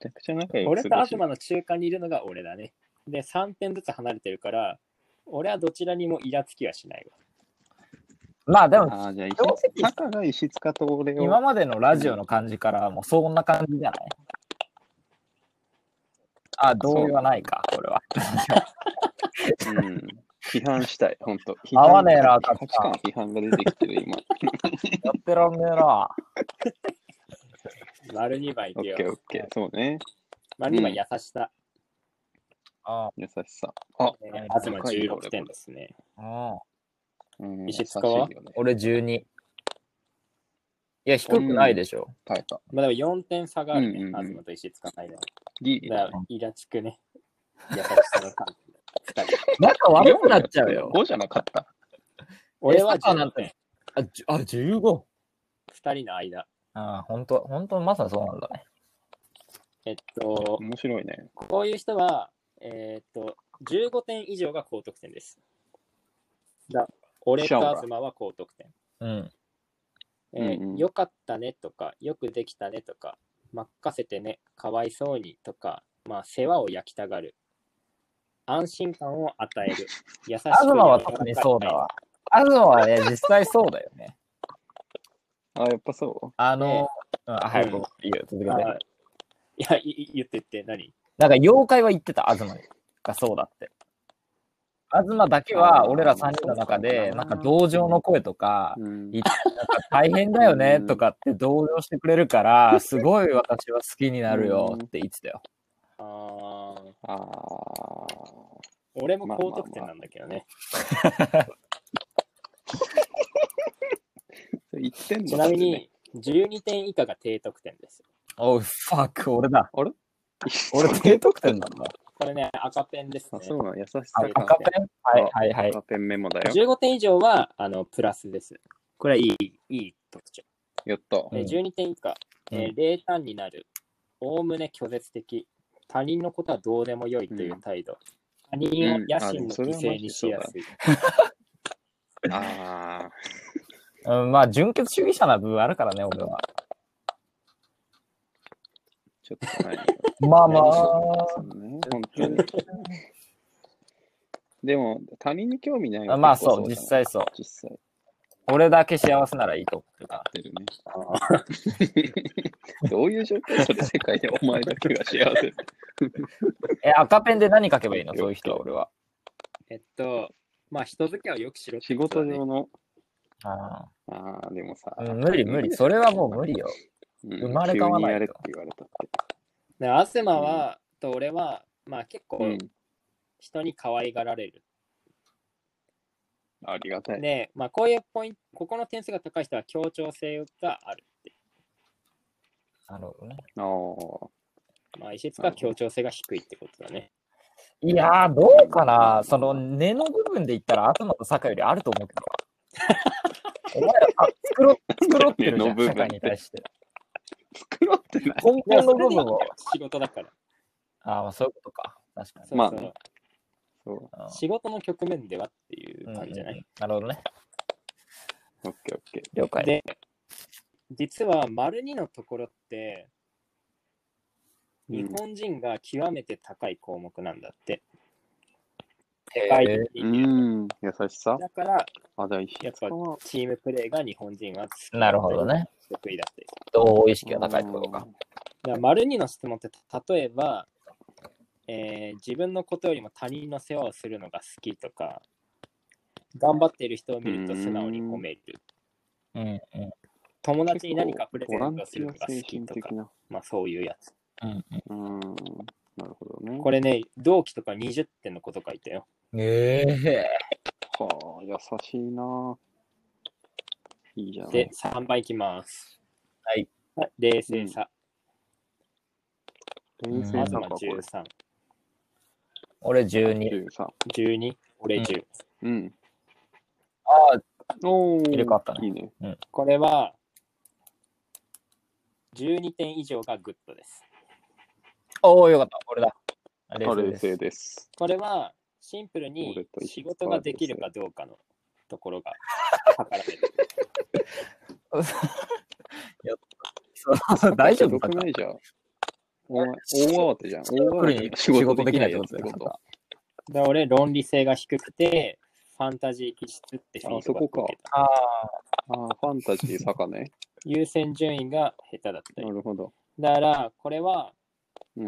[SPEAKER 1] ちゃくちゃ仲良く
[SPEAKER 3] 俺
[SPEAKER 1] す
[SPEAKER 3] と
[SPEAKER 1] るし
[SPEAKER 3] 東の中間にいるのが俺だね。で、3点ずつ離れてるから、俺はどちらにもイラつきはしないわ。
[SPEAKER 2] まあでも、
[SPEAKER 1] ああ、じゃあ石
[SPEAKER 2] 正直
[SPEAKER 1] 坂が石塚と俺を。
[SPEAKER 2] 今までのラジオの感じから、もうそんな感じじゃないあ、同意はないか、これは。
[SPEAKER 1] うん批判したい、本当。批
[SPEAKER 2] 合
[SPEAKER 1] 判
[SPEAKER 2] わねえな
[SPEAKER 1] 価値観批判が出てきて る、今。
[SPEAKER 2] やってらんねえな。
[SPEAKER 3] 丸2番い
[SPEAKER 1] オ
[SPEAKER 3] く
[SPEAKER 1] ッ
[SPEAKER 3] よ
[SPEAKER 1] ケー、オッケー。そうね。
[SPEAKER 3] 丸2番優しさ。
[SPEAKER 2] あ
[SPEAKER 1] 優しさ。あ、
[SPEAKER 3] ね
[SPEAKER 2] うん
[SPEAKER 3] 東
[SPEAKER 1] 高いよ
[SPEAKER 3] 16点ですね。
[SPEAKER 2] あ。
[SPEAKER 1] うん
[SPEAKER 3] 石塚
[SPEAKER 1] 優
[SPEAKER 3] は
[SPEAKER 1] しいよね
[SPEAKER 2] 俺12。いや、低くないでしょ。
[SPEAKER 1] 耐えた。
[SPEAKER 3] まあでも4点差があ
[SPEAKER 1] う
[SPEAKER 3] るね、
[SPEAKER 1] んうんうん
[SPEAKER 3] 東と石塚の間に。
[SPEAKER 1] ギリ
[SPEAKER 3] だからイラつくね。優しさの 観点。二人
[SPEAKER 2] 仲悪くなっちゃうよ。
[SPEAKER 1] 5じゃなかった。
[SPEAKER 3] 俺は
[SPEAKER 2] えサッカーな
[SPEAKER 3] 15
[SPEAKER 2] ん
[SPEAKER 3] 点
[SPEAKER 2] て。あ、じゅあ15。
[SPEAKER 3] 2人の間。
[SPEAKER 2] ああ、本当本当まさにそうなんだね。
[SPEAKER 3] えっと、
[SPEAKER 1] 面白いね。
[SPEAKER 3] こういう人は、えーっと、15点以上が高得点です。だ俺と東は高得点。
[SPEAKER 2] うん。
[SPEAKER 3] えー
[SPEAKER 1] うんうん
[SPEAKER 3] よかったねとか、よくできたねとか、任せてね、かわいそうにとか、まあ、世話を焼きたがる。安心感を与える。優しく
[SPEAKER 2] 東は特にそうだわ。東は ね、実際そうだよね。
[SPEAKER 1] あ、やっぱそ
[SPEAKER 2] あの、うん、あ、早く
[SPEAKER 3] うん
[SPEAKER 2] いいよ、続けて。
[SPEAKER 3] 柔らかい。あいや、いい言ってって、何
[SPEAKER 2] なんか妖怪は言ってた、東がそうだって。東だけ
[SPEAKER 1] あ
[SPEAKER 2] は
[SPEAKER 1] ー
[SPEAKER 2] 俺ら3人の中で、
[SPEAKER 1] そう
[SPEAKER 2] な
[SPEAKER 1] か
[SPEAKER 2] んか同情の声とか、
[SPEAKER 1] う。うん
[SPEAKER 2] いなんか大変だよねとかって同情してくれるから、すごい私は好きになるよって言ってたよ。
[SPEAKER 3] あー
[SPEAKER 1] ああ。
[SPEAKER 3] 俺も高得点なんだけどね。
[SPEAKER 1] それ1点
[SPEAKER 3] ち
[SPEAKER 1] の
[SPEAKER 3] な
[SPEAKER 1] はず
[SPEAKER 3] み
[SPEAKER 1] ね
[SPEAKER 3] に、12点以下が低得点です。
[SPEAKER 2] おう、ファック、俺だ。
[SPEAKER 1] 石
[SPEAKER 2] 俺、低得点なんだ。
[SPEAKER 3] これね、赤ペンですね
[SPEAKER 1] あ、。そうなの、優しさ
[SPEAKER 2] あ
[SPEAKER 1] か。
[SPEAKER 2] 赤ペンはいはいはい。
[SPEAKER 1] 赤ペンメモだよ。
[SPEAKER 3] 15点以上は、あの、プラスです。これはいい、いい特徴。
[SPEAKER 1] やった。
[SPEAKER 3] えー12点以下、えー
[SPEAKER 2] う
[SPEAKER 3] 冷淡になる、おおむね拒絶的、他人のことはどうでもよいという態度、他人を野心の犠牲にしやすい。
[SPEAKER 1] ああ。
[SPEAKER 2] うん、まあ、純潔主義者な部分あるからね、俺は。
[SPEAKER 1] ちょっとない。
[SPEAKER 2] まあま
[SPEAKER 1] そう ね、本当に。でも、他人に興味ない
[SPEAKER 2] あ、
[SPEAKER 1] は
[SPEAKER 2] まあそ
[SPEAKER 1] 結
[SPEAKER 2] う、実
[SPEAKER 1] 構だね
[SPEAKER 2] 際そう。
[SPEAKER 1] 実際や
[SPEAKER 2] 俺だけ幸せならいいと思ってるから。
[SPEAKER 1] ってるね。 どういう状況それ世界でお前だけが幸せ。
[SPEAKER 2] え、赤ペンで何書けばいいのそういう人は俺は。
[SPEAKER 3] えっと、まあ人付き合いをよくしろって
[SPEAKER 1] 仕
[SPEAKER 3] こ
[SPEAKER 1] 事
[SPEAKER 3] とだね
[SPEAKER 1] 上の。
[SPEAKER 2] あ
[SPEAKER 1] ああ、でもさ。
[SPEAKER 2] あ、うん無理無理。それはもう無理よ。
[SPEAKER 1] うん
[SPEAKER 2] 生まれ変わ
[SPEAKER 1] 急にや
[SPEAKER 2] らな
[SPEAKER 1] れっ
[SPEAKER 2] い
[SPEAKER 1] て
[SPEAKER 2] と
[SPEAKER 1] 言われたっ
[SPEAKER 3] で東は、と俺は、まあ
[SPEAKER 1] て。
[SPEAKER 3] 結
[SPEAKER 1] う
[SPEAKER 3] 構
[SPEAKER 1] ん。
[SPEAKER 3] 人に可愛がられる。
[SPEAKER 1] ありがたい。
[SPEAKER 3] で、まあこういうポイント、ここの点数が高い人は協調性があるって。
[SPEAKER 2] なるほどね。
[SPEAKER 1] ああ。
[SPEAKER 3] まあ石塚は協調性が低いってことだね。
[SPEAKER 2] いやー、どうかなその根の部分で言ったら、東と坂よりあると思うけ ど。お前ら、あ、繕っ繕ってるじゃ
[SPEAKER 1] 根の部分
[SPEAKER 2] ん、社会に対して。
[SPEAKER 1] 作ろうってない。
[SPEAKER 2] 根本の部分を。
[SPEAKER 3] 仕事だから。
[SPEAKER 2] ああ、まあそういうことか。確か
[SPEAKER 3] そう
[SPEAKER 2] に。
[SPEAKER 3] そう
[SPEAKER 1] まあねそう。
[SPEAKER 2] うん
[SPEAKER 3] 仕事の局面ではっていう感じじゃない、
[SPEAKER 2] うんなるほどね。
[SPEAKER 1] オッケーオッケ
[SPEAKER 2] 了解。
[SPEAKER 3] で、実は丸2のところって、
[SPEAKER 1] うん
[SPEAKER 3] 日本人が極めて高い項目なんだって。
[SPEAKER 2] へー
[SPEAKER 3] 世界的
[SPEAKER 1] ー。
[SPEAKER 3] に
[SPEAKER 1] うん。優しさ
[SPEAKER 3] だから、
[SPEAKER 1] あ、じゃあ石
[SPEAKER 3] やっぱ
[SPEAKER 1] 塚は
[SPEAKER 3] チームプレーが日本人は好き
[SPEAKER 2] なるほど。ね。
[SPEAKER 3] 得意だって。だ
[SPEAKER 2] 同意識が高いってことか。。
[SPEAKER 3] から丸2の質問って、例えば、えー自分のことよりも他人の世話をするのが好きとか、頑張っている人を見ると素直に褒める。
[SPEAKER 2] うんうん。
[SPEAKER 3] 友達に何かプレゼ
[SPEAKER 1] ボラ
[SPEAKER 3] ン
[SPEAKER 1] ン
[SPEAKER 3] ト
[SPEAKER 1] テ
[SPEAKER 3] する
[SPEAKER 1] ィ
[SPEAKER 3] の
[SPEAKER 1] ア
[SPEAKER 3] が好
[SPEAKER 1] 精
[SPEAKER 3] き
[SPEAKER 1] 神
[SPEAKER 3] とか
[SPEAKER 1] 的、な。
[SPEAKER 3] まあそういうやつ。
[SPEAKER 2] うん
[SPEAKER 1] うん。なるほどね。
[SPEAKER 3] これね、同期とか20点の子とかいたよ。
[SPEAKER 2] うん。ええ
[SPEAKER 1] はあ、優しいなぁいいじゃん。
[SPEAKER 3] で、3番いきます。
[SPEAKER 2] はい。
[SPEAKER 3] 冷静さ。
[SPEAKER 1] 平成
[SPEAKER 2] う
[SPEAKER 1] なんん
[SPEAKER 3] 東
[SPEAKER 1] かこれ。
[SPEAKER 3] 13、
[SPEAKER 2] 俺12。
[SPEAKER 1] 13。
[SPEAKER 3] 12、俺10。
[SPEAKER 1] うん。
[SPEAKER 2] ああ、
[SPEAKER 1] おー。
[SPEAKER 2] 入れ替わったね
[SPEAKER 1] いいね。
[SPEAKER 3] これは、12点以上がグッドです。
[SPEAKER 2] おお、よかった。俺だ。あれ
[SPEAKER 1] あれ性です。
[SPEAKER 3] これは、シンプル
[SPEAKER 1] 俺
[SPEAKER 3] に
[SPEAKER 1] と一緒
[SPEAKER 3] 仕事ができるかどうかのところが 測られる。
[SPEAKER 2] 大丈夫
[SPEAKER 1] か
[SPEAKER 2] か
[SPEAKER 1] ないじゃん。お前大慌てじゃん。大慌てじゃん。
[SPEAKER 2] 仕事できないやつってこと
[SPEAKER 1] あ
[SPEAKER 2] か。
[SPEAKER 3] で俺、論理性が低くて、ファンタジー気質ってフィードバックを受けた
[SPEAKER 2] ああ、
[SPEAKER 1] あー、ファンタジー坂ね。
[SPEAKER 3] 優先順位が下手だった
[SPEAKER 1] な
[SPEAKER 3] り。
[SPEAKER 1] るほど。
[SPEAKER 3] だから、これは、
[SPEAKER 1] あー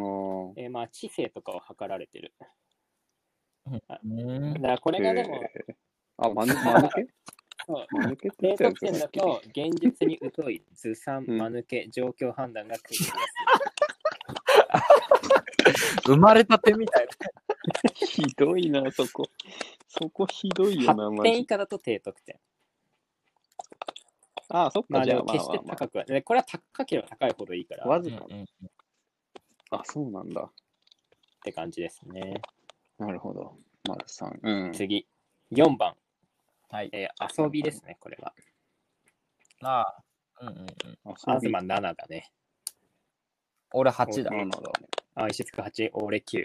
[SPEAKER 3] えーまあ、知性とかを測られてる。
[SPEAKER 2] うん
[SPEAKER 3] だ。から、これがでも、
[SPEAKER 1] えーあ、まぬ、まぬけ
[SPEAKER 3] そう
[SPEAKER 1] まぬけって言っ
[SPEAKER 3] 低
[SPEAKER 1] たや
[SPEAKER 3] 得
[SPEAKER 1] つ
[SPEAKER 3] 点
[SPEAKER 1] さっ
[SPEAKER 3] だ
[SPEAKER 1] き
[SPEAKER 3] と、現実に疎い、ずさん、
[SPEAKER 1] うん
[SPEAKER 3] 間抜け、状況判断が崩れやすい。
[SPEAKER 2] 生まれたてみたいな。
[SPEAKER 1] ひどいな、そこ。そこひどいよな、
[SPEAKER 3] 8
[SPEAKER 1] マ
[SPEAKER 3] 点
[SPEAKER 1] ジ
[SPEAKER 3] 以。下だと低得点。
[SPEAKER 1] あー、そっ
[SPEAKER 3] ま
[SPEAKER 1] か、
[SPEAKER 3] あ
[SPEAKER 1] じ
[SPEAKER 3] で
[SPEAKER 1] ゃあ、
[SPEAKER 3] も
[SPEAKER 1] ま
[SPEAKER 3] 決し
[SPEAKER 1] あ
[SPEAKER 3] て
[SPEAKER 1] ま
[SPEAKER 3] 高くは、でこれは高ければ高いほどいいか
[SPEAKER 1] あ。
[SPEAKER 3] らっ
[SPEAKER 1] わずか。あ、そうなんだ。
[SPEAKER 3] て感じですね。
[SPEAKER 1] なるほど。まるさん。うん。
[SPEAKER 3] 次、4番、
[SPEAKER 2] はい。
[SPEAKER 3] えー遊びですね、これは。
[SPEAKER 2] ああ、うんうんうん。
[SPEAKER 1] あ
[SPEAKER 3] 東7だね。
[SPEAKER 2] 俺8だ。
[SPEAKER 1] なんだ
[SPEAKER 3] あ、石塚8、俺9。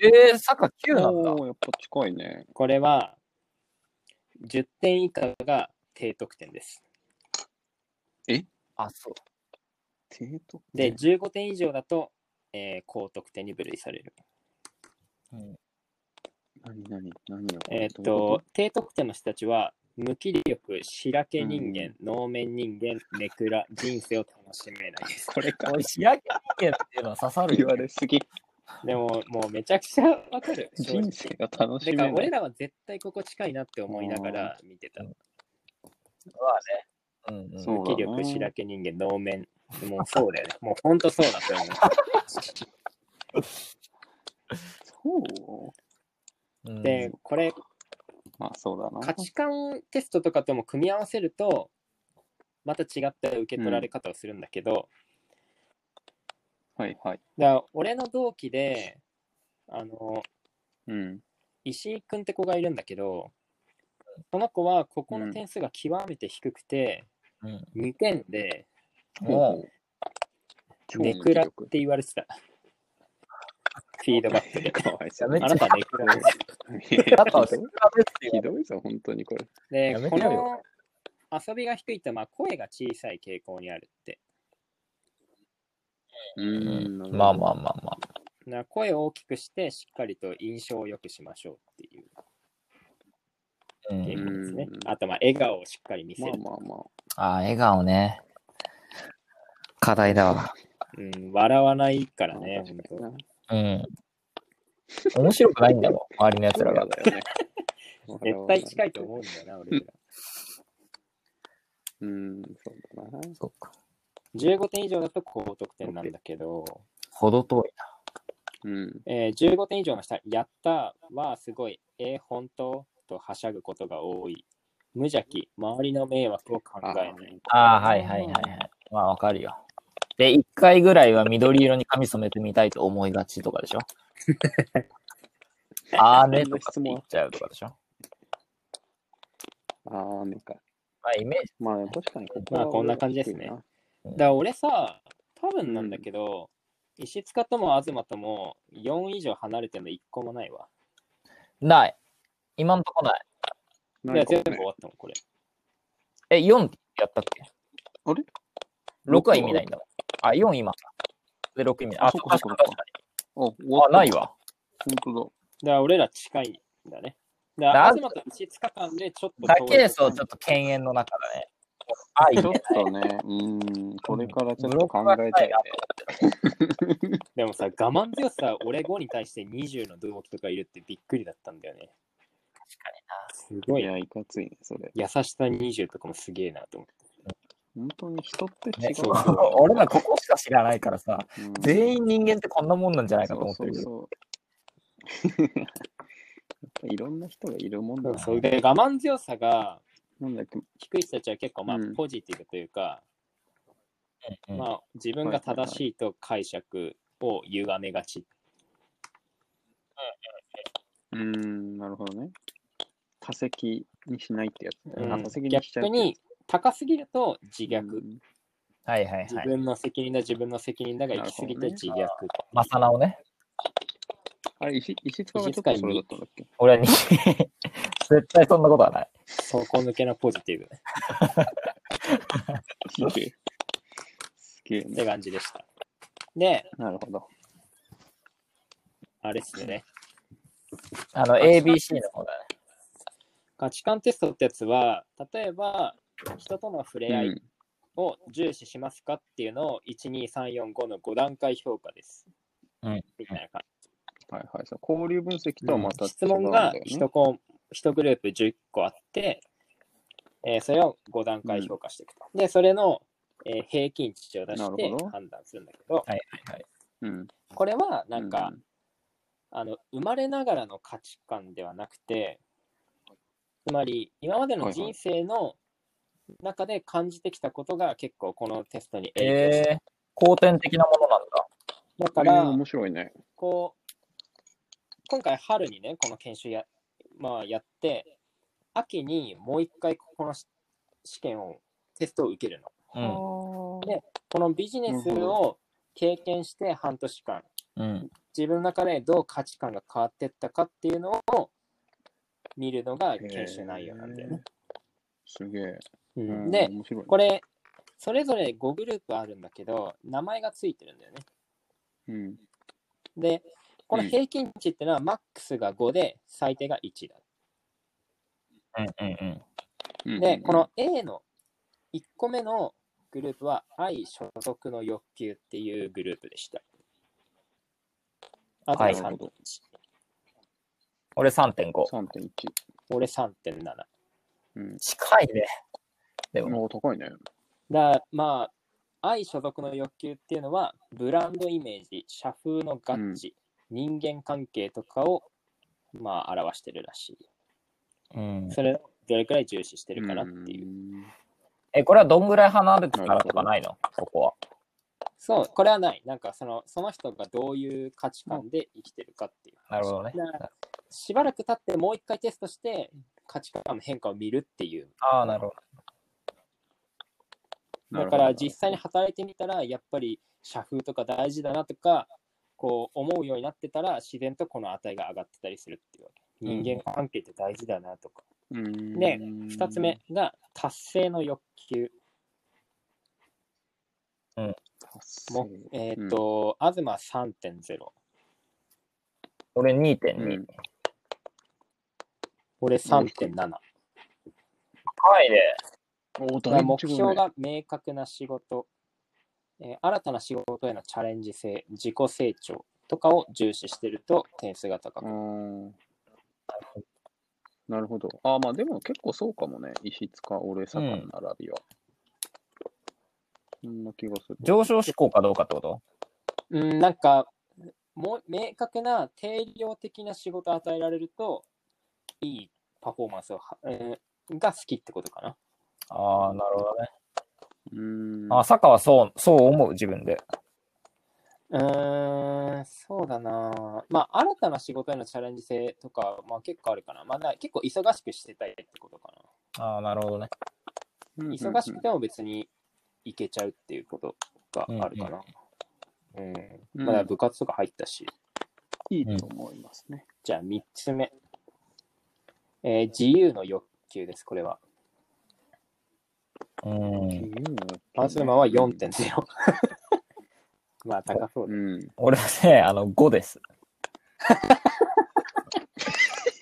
[SPEAKER 2] えー、サッカー9なんだ。
[SPEAKER 1] おーやっぱ近いね。
[SPEAKER 3] これは、10点以下が低得点です。
[SPEAKER 2] あ、そう。
[SPEAKER 1] 低得
[SPEAKER 3] で、
[SPEAKER 1] 点。
[SPEAKER 3] 15点以上だと、えー高得点に分類される。
[SPEAKER 2] うん、
[SPEAKER 1] 何何何を
[SPEAKER 3] えー
[SPEAKER 1] どういう
[SPEAKER 3] っ、
[SPEAKER 1] こと
[SPEAKER 3] 低得点の人たちは、無気力、白け人間、能面人間、ネクラ、人生を楽しめないです。
[SPEAKER 1] これか
[SPEAKER 2] おい、仕上げ人間っていうのは刺さる
[SPEAKER 1] 言
[SPEAKER 2] よ、
[SPEAKER 1] わ
[SPEAKER 2] ね。
[SPEAKER 1] れすぎ。
[SPEAKER 3] でも、もうめちゃくちゃわかる。正
[SPEAKER 1] 人
[SPEAKER 3] 直
[SPEAKER 1] 生が楽し
[SPEAKER 3] だ
[SPEAKER 1] め
[SPEAKER 3] から
[SPEAKER 1] な
[SPEAKER 3] 俺
[SPEAKER 1] い。
[SPEAKER 3] らは絶対ここ近いなって思いながら見てた。
[SPEAKER 2] うんうん、
[SPEAKER 1] そう
[SPEAKER 3] 無気
[SPEAKER 1] だね
[SPEAKER 3] 力、白け人間、能面。もうそうだよね。もう本当そうだと思う。
[SPEAKER 1] そう
[SPEAKER 2] うん
[SPEAKER 3] で、これ、
[SPEAKER 1] まあそうだな。
[SPEAKER 3] 価値観テストとかとも組み合わせると、また違った受け取られ方をするんだけど、
[SPEAKER 1] はいはい。
[SPEAKER 3] だから俺の同期で、あの、
[SPEAKER 1] うん。
[SPEAKER 3] 石井くんって子がいるんだけど、その子はここの点数が極めて低くて、
[SPEAKER 2] うん、
[SPEAKER 3] 2点で
[SPEAKER 2] もう、
[SPEAKER 3] ネクラって言われてた。フィードバックで。
[SPEAKER 1] かわいそう。
[SPEAKER 2] めっ
[SPEAKER 3] あ
[SPEAKER 2] ちゃ
[SPEAKER 3] なたネクラです。
[SPEAKER 2] あとは、比べっていう
[SPEAKER 1] ひどいぞ、本当にこれ。
[SPEAKER 3] で
[SPEAKER 2] やめ、て
[SPEAKER 3] こ
[SPEAKER 2] よ
[SPEAKER 3] の遊びが低いと、まあ、声が小さい傾向にあるって。
[SPEAKER 1] う
[SPEAKER 2] うん
[SPEAKER 1] ん。
[SPEAKER 2] まあ
[SPEAKER 1] あ。
[SPEAKER 2] まあまあまあ。
[SPEAKER 3] な声を大きくして、しっかりと印象を良くしましょうっていう
[SPEAKER 2] う
[SPEAKER 3] 傾
[SPEAKER 2] ん、
[SPEAKER 3] 向ですね
[SPEAKER 1] う。ん
[SPEAKER 3] あと、まあ、笑顔をしっかり見せ
[SPEAKER 1] ま
[SPEAKER 3] る
[SPEAKER 1] あ。まあまあ。
[SPEAKER 2] ああ、笑顔ね。課題だわ。
[SPEAKER 3] うん、笑わないからね、本当
[SPEAKER 1] 本
[SPEAKER 2] うん。面白くないんだもん、周りのやつ
[SPEAKER 1] 当
[SPEAKER 2] ら
[SPEAKER 1] だ
[SPEAKER 2] が
[SPEAKER 1] よ。ね。
[SPEAKER 3] 絶対近いと思うんだよな、俺ら。
[SPEAKER 1] うん、そうだな。
[SPEAKER 2] そうか。
[SPEAKER 3] 15点以上だと高得点なんだけど、
[SPEAKER 2] ほど遠いな。
[SPEAKER 1] うん。
[SPEAKER 3] えー15点以上の人は、やったーはすごい、えー本当とはしゃぐことが多い。無邪気、周りの迷惑を考えない。
[SPEAKER 2] ああ、はいはいはいはい。まあわかるよ。で、一回ぐらいは緑色に髪染めてみたいと思いがちと かでしょああねとかって言っちゃうとかでしょ
[SPEAKER 1] あー、なんか。
[SPEAKER 2] まあイメージ。
[SPEAKER 1] まあ、確かにここ
[SPEAKER 3] まあ
[SPEAKER 1] は
[SPEAKER 3] こんな感じですね
[SPEAKER 1] 俺は
[SPEAKER 3] だから俺さ、多分なんだけど、石塚とも東とも4以上離れてるの1個もないわ。
[SPEAKER 2] ない。今んとこない。
[SPEAKER 1] 低いな。な
[SPEAKER 3] いや、
[SPEAKER 1] んか
[SPEAKER 3] 全部
[SPEAKER 1] ね
[SPEAKER 3] 終わったもん、これ。
[SPEAKER 2] え、4ってやったっけ
[SPEAKER 1] あれ
[SPEAKER 2] ?6 は意味ないんだもん。あ、4今か。で、6意味ない。あ、
[SPEAKER 1] あそっかそっか
[SPEAKER 2] 確か
[SPEAKER 1] あ、終
[SPEAKER 2] に
[SPEAKER 1] わっ
[SPEAKER 2] あ、
[SPEAKER 1] た
[SPEAKER 2] ない。わ。
[SPEAKER 1] 本当だ。
[SPEAKER 3] だから俺ら近いんだね。だか
[SPEAKER 2] な
[SPEAKER 3] ら
[SPEAKER 2] ん
[SPEAKER 3] 東と石塚間でちょっと
[SPEAKER 2] だ
[SPEAKER 3] 遠い
[SPEAKER 2] けでそう、ちょっと犬猿の中だね。愛
[SPEAKER 1] ちょ
[SPEAKER 2] ね
[SPEAKER 1] っとね、うん、これからちょっ
[SPEAKER 2] ブロ
[SPEAKER 1] と
[SPEAKER 2] ック
[SPEAKER 1] 考
[SPEAKER 2] は
[SPEAKER 1] えたいね
[SPEAKER 2] な。
[SPEAKER 3] でもさ、我慢強さ、俺5に対して20の同期とかいるってびっくりだったんだよね。すご
[SPEAKER 1] い
[SPEAKER 3] いな。
[SPEAKER 1] や、いかついね、それ。
[SPEAKER 3] 優しさ20とかもすげえなと思って。
[SPEAKER 1] 本当に人って違
[SPEAKER 2] ね
[SPEAKER 1] う。
[SPEAKER 2] そうそう俺らここしか知らないからさ、
[SPEAKER 1] うん
[SPEAKER 2] 全員人間ってこんなもんなんじゃないかと思ってるけど。
[SPEAKER 1] そうそうそう やっぱいろんな人がいるもんだな。
[SPEAKER 3] そうで、我慢強さが
[SPEAKER 1] なんだっけ、
[SPEAKER 3] 低い人たちは結構まあ
[SPEAKER 1] うん
[SPEAKER 3] ポジティブというか、
[SPEAKER 2] うん
[SPEAKER 3] まあ自分が正しいと解釈を歪めがち。
[SPEAKER 1] うーん、なるほどね。多席にしないってやつ。
[SPEAKER 3] うん
[SPEAKER 1] あ多席にしちゃう
[SPEAKER 3] 逆
[SPEAKER 1] ってやつ
[SPEAKER 3] に、高すぎると自虐。
[SPEAKER 1] うん
[SPEAKER 2] はいはい
[SPEAKER 3] 自
[SPEAKER 2] はい。
[SPEAKER 3] 分の責任だ、自分の責任だが行き過ぎて自虐。
[SPEAKER 2] マサナをね、
[SPEAKER 1] あれ、石石塚がちょっとそれだったんだっけ
[SPEAKER 2] 俺に。 絶対そんなことはない。
[SPEAKER 3] 底抜けなポジティブっ
[SPEAKER 1] すげえ。すげえ
[SPEAKER 3] て
[SPEAKER 1] ね。
[SPEAKER 3] 感じでした。で、
[SPEAKER 1] なるほど。
[SPEAKER 3] あれですね。
[SPEAKER 2] あの、ABC の方だね。
[SPEAKER 3] 価値観テストってやつは、例えば、人との触れ合
[SPEAKER 1] う
[SPEAKER 3] い
[SPEAKER 1] ん
[SPEAKER 3] を重視しますかっていうのを12345の5段階評価です。
[SPEAKER 2] うん
[SPEAKER 3] みたいな感
[SPEAKER 1] はいはい。そう交流分析とはま
[SPEAKER 3] じ。
[SPEAKER 1] た
[SPEAKER 3] 質問が1コン1グループ10個あって、えーそれを5段階評価していくと。で、それの、えー平均値を出
[SPEAKER 1] な
[SPEAKER 3] し
[SPEAKER 1] る
[SPEAKER 3] て
[SPEAKER 1] ほど
[SPEAKER 3] 判断するんだけど、
[SPEAKER 1] うん、
[SPEAKER 3] これはなんか、
[SPEAKER 1] う
[SPEAKER 3] あの生まれながらの価値観ではなくて、つまり今までの人生の中で感じてきたことが結構このテストに影響して、
[SPEAKER 2] えー、後天的なものなんだ。
[SPEAKER 3] だ
[SPEAKER 1] こ
[SPEAKER 3] か
[SPEAKER 1] れ
[SPEAKER 3] ら、
[SPEAKER 1] 面白いね。
[SPEAKER 3] こう、今回春にね、この研修や,、まあ、やって、秋にもう一回ここのし試験を、テストを受けるの。
[SPEAKER 2] うん
[SPEAKER 1] う
[SPEAKER 3] でこのビジネス
[SPEAKER 1] なるほ
[SPEAKER 3] を経験して半年間、。
[SPEAKER 2] うん。
[SPEAKER 3] 自分の中でどう価値観が変わってったかっていうのを見るのが研修内容なんだよね。
[SPEAKER 1] すげえ。
[SPEAKER 3] うん
[SPEAKER 1] うん
[SPEAKER 3] で、
[SPEAKER 1] 面白いね
[SPEAKER 3] これ、それぞれ5グループあるんだけど、名前がついてるんだよね。
[SPEAKER 1] うん、
[SPEAKER 3] で、この
[SPEAKER 1] うん
[SPEAKER 3] 平均値ってのは、マックスが5で、最低が1だ。
[SPEAKER 2] うんうんうん。
[SPEAKER 1] うん
[SPEAKER 3] で、この A の1個目のグループは、愛所属の欲求っていうグループでした。あと
[SPEAKER 2] は
[SPEAKER 3] はい3.1、
[SPEAKER 2] 俺3.5。
[SPEAKER 1] 3.1。
[SPEAKER 3] 俺3.7。
[SPEAKER 1] うん。
[SPEAKER 2] 近いね。でも、
[SPEAKER 1] もう高いね。
[SPEAKER 3] だまあ、愛所属の欲求っていうのは、ブランドイメージ、社風の合致、人間関係とかを、まあ、表してるらし
[SPEAKER 2] うん
[SPEAKER 3] い。それをどれくらい重視してるかなっていう。
[SPEAKER 1] ん
[SPEAKER 2] え、これはどんぐらい離れてからとかないのそこは。
[SPEAKER 3] そう、これはない。なんかその、その人がどういう価値観で生きてるかっていう。
[SPEAKER 2] なるほどね。
[SPEAKER 3] だからしばらく経って、もう一回テストして、価値観の変化を見るっていう。
[SPEAKER 2] ああ、なるほど。
[SPEAKER 3] だから実際に働いてみたら、やっぱり社風とか大事だなとか、こう思うようになってたら、自然とこの値が上がってたりするっていうわけ。
[SPEAKER 1] うん
[SPEAKER 3] 人間関係って大事だなとか。
[SPEAKER 1] うん
[SPEAKER 3] で、2つ目。が達成の欲求。もえっ、と、東3.0。
[SPEAKER 2] 俺2.2。
[SPEAKER 1] うん
[SPEAKER 3] 俺3.7。
[SPEAKER 2] 高いね。
[SPEAKER 1] おだ
[SPEAKER 3] だから
[SPEAKER 1] いぶ
[SPEAKER 3] 目
[SPEAKER 1] 違うね
[SPEAKER 3] 標が明確な仕事、えー新たな仕事へのチャレンジ性、自己成長とかを重視してると点数が高
[SPEAKER 1] う
[SPEAKER 3] く。
[SPEAKER 1] んなるほど。あまあでも結構そうかもね。石塚、俺、坂の並びは。そんな気がする。
[SPEAKER 2] 上昇志向かどうかってこと
[SPEAKER 3] うん、なんか、もう明確な定量的な仕事を与えられると、いいパフォーマンスをは、えーが好きってことかな。
[SPEAKER 2] ああ、なるほどね。
[SPEAKER 1] うん。
[SPEAKER 2] あ、坂はそう、そう思う、自分で。
[SPEAKER 3] うーん、そうだな。まあ、新たな仕事へのチャレンジ性とか、まあ結構あるかな。まあ、だから結構忙しくしてたいってことか
[SPEAKER 2] ああ、なるほどね。
[SPEAKER 1] うんうん
[SPEAKER 3] な。
[SPEAKER 1] うん
[SPEAKER 3] 忙しくても別にいけちゃうっていうことがあるかな。うん。まあだから部活とか入ったし。
[SPEAKER 1] いいと思いますね。
[SPEAKER 3] じゃあ3つ目。えー自由の欲求です、これは。
[SPEAKER 2] うん。
[SPEAKER 3] パンスルマンは4.0。まあ、高そう
[SPEAKER 1] う
[SPEAKER 3] だ。
[SPEAKER 1] ん。
[SPEAKER 2] 俺はね、 あの、5です。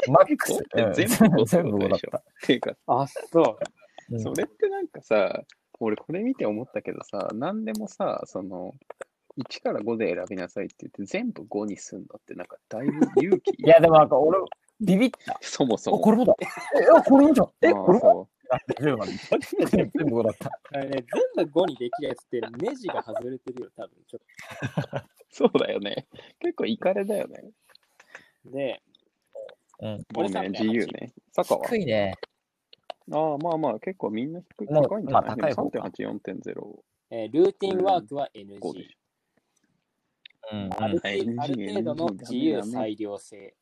[SPEAKER 2] マックス。
[SPEAKER 1] 5って全部
[SPEAKER 2] う
[SPEAKER 1] 5
[SPEAKER 2] ん全部5だった。
[SPEAKER 1] っていうか、
[SPEAKER 3] あ、そう。
[SPEAKER 2] うん
[SPEAKER 1] それってなんかさ、俺これ見て思ったけどさ、何でもさ、その、1から5で選びなさいって言って、全部5にすんのって、なんかだいぶ勇気
[SPEAKER 2] いや、でもなんか俺、ビビった。
[SPEAKER 1] そもそ
[SPEAKER 2] お、
[SPEAKER 1] も。
[SPEAKER 2] これもだ。え、あこれもじゃん。え、
[SPEAKER 1] ああ
[SPEAKER 2] これも
[SPEAKER 1] そ
[SPEAKER 2] 10なんで。全部5だった。
[SPEAKER 3] あれね、全部5にできるやつって、ネジが外れてるよ、多分。ちょっ
[SPEAKER 1] う そうだよね。結構イカれだよね。
[SPEAKER 3] とで、
[SPEAKER 2] うん。
[SPEAKER 1] ごめ
[SPEAKER 3] 俺
[SPEAKER 1] ん、
[SPEAKER 3] 3.8
[SPEAKER 1] 自由ね。坂は
[SPEAKER 2] 低いね。
[SPEAKER 1] ああ、まあまあ、結構みんな低い
[SPEAKER 2] もう
[SPEAKER 1] 高いんじゃない、
[SPEAKER 2] まあ高い
[SPEAKER 1] でも
[SPEAKER 2] 方か
[SPEAKER 1] ?3.8、4.0、
[SPEAKER 3] えールーティンワークは NG。
[SPEAKER 1] 5でし
[SPEAKER 2] うん
[SPEAKER 3] あ
[SPEAKER 1] う
[SPEAKER 3] る,、
[SPEAKER 1] ん
[SPEAKER 3] ある程度の自由裁量性、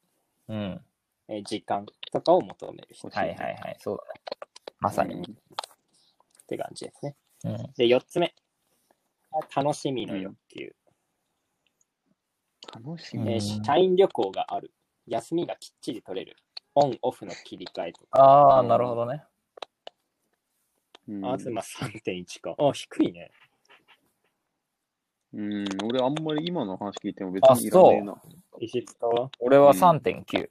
[SPEAKER 2] うん。うん。
[SPEAKER 3] えー時間とかを求める人っ
[SPEAKER 2] はいはいはい。そうだね。まさに。
[SPEAKER 3] て感じですね。
[SPEAKER 2] うん。
[SPEAKER 3] で、4つ目。楽しみの欲求。
[SPEAKER 1] 楽し
[SPEAKER 2] うん
[SPEAKER 1] み。
[SPEAKER 3] え
[SPEAKER 2] う
[SPEAKER 3] ー
[SPEAKER 2] ん
[SPEAKER 3] 社員旅行がある。休みがきっちり取れる。オンオフの切り替えとか。
[SPEAKER 2] ああ、なるほどね。
[SPEAKER 1] うん、
[SPEAKER 3] 東3.1か。あ、低いね。
[SPEAKER 1] うん、俺あんまり今の話聞いても別
[SPEAKER 2] あ
[SPEAKER 1] にいらねえな。
[SPEAKER 3] 石塚は
[SPEAKER 2] 俺は3.9。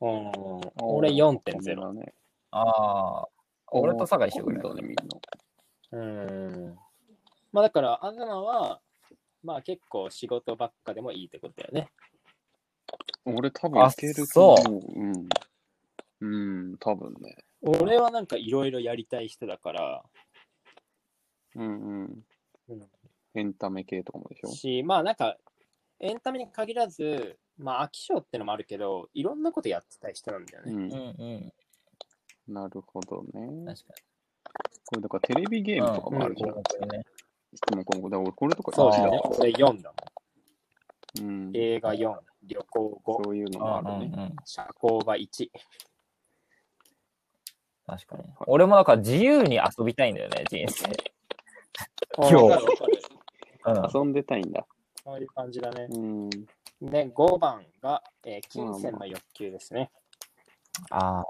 [SPEAKER 3] うん。俺4.0。
[SPEAKER 1] だね。
[SPEAKER 2] ああ。俺と酒井一緒ぐらい
[SPEAKER 1] だね、みんな。
[SPEAKER 3] うん。まあだから、東は、まあ結構仕事ばっかでもいいってことだよね。
[SPEAKER 1] 俺多分いけると思う。うん。うん、多分ね。
[SPEAKER 3] 俺はなんかいろいろやりたい人だから、
[SPEAKER 1] うんうん。エンタメ系とかもでしょ。
[SPEAKER 3] し、まあなんか、エンタメに限らず、まあ飽き性ってのもあるけど、いろんなことやってたい人なんだよ
[SPEAKER 1] う
[SPEAKER 3] ね。
[SPEAKER 1] ん
[SPEAKER 2] うん、うん。
[SPEAKER 1] なるほどね。
[SPEAKER 2] 確か
[SPEAKER 1] これだからテレビゲ
[SPEAKER 2] に。
[SPEAKER 1] ームとかもあるじゃん。
[SPEAKER 2] うんうんね
[SPEAKER 1] 質問今後。だから俺これとか
[SPEAKER 3] そう
[SPEAKER 1] 一
[SPEAKER 3] だ
[SPEAKER 1] だ
[SPEAKER 3] ね
[SPEAKER 1] わ。
[SPEAKER 3] 俺4だもん。
[SPEAKER 1] うん。
[SPEAKER 3] 映画4、旅行5、
[SPEAKER 1] そういうの
[SPEAKER 2] う
[SPEAKER 1] もあ
[SPEAKER 2] んう
[SPEAKER 1] る
[SPEAKER 2] ん
[SPEAKER 1] ね。
[SPEAKER 2] うん
[SPEAKER 3] 社交場1。
[SPEAKER 2] 確かに。俺もなんか自由に遊びたいんだよね、人生。今日
[SPEAKER 3] わかるわかる
[SPEAKER 2] うん。
[SPEAKER 1] 遊んでたいんだ。
[SPEAKER 3] そういう感じだね。
[SPEAKER 1] うん。
[SPEAKER 3] で、5番が、えー金銭の欲求ですね。
[SPEAKER 2] ああ。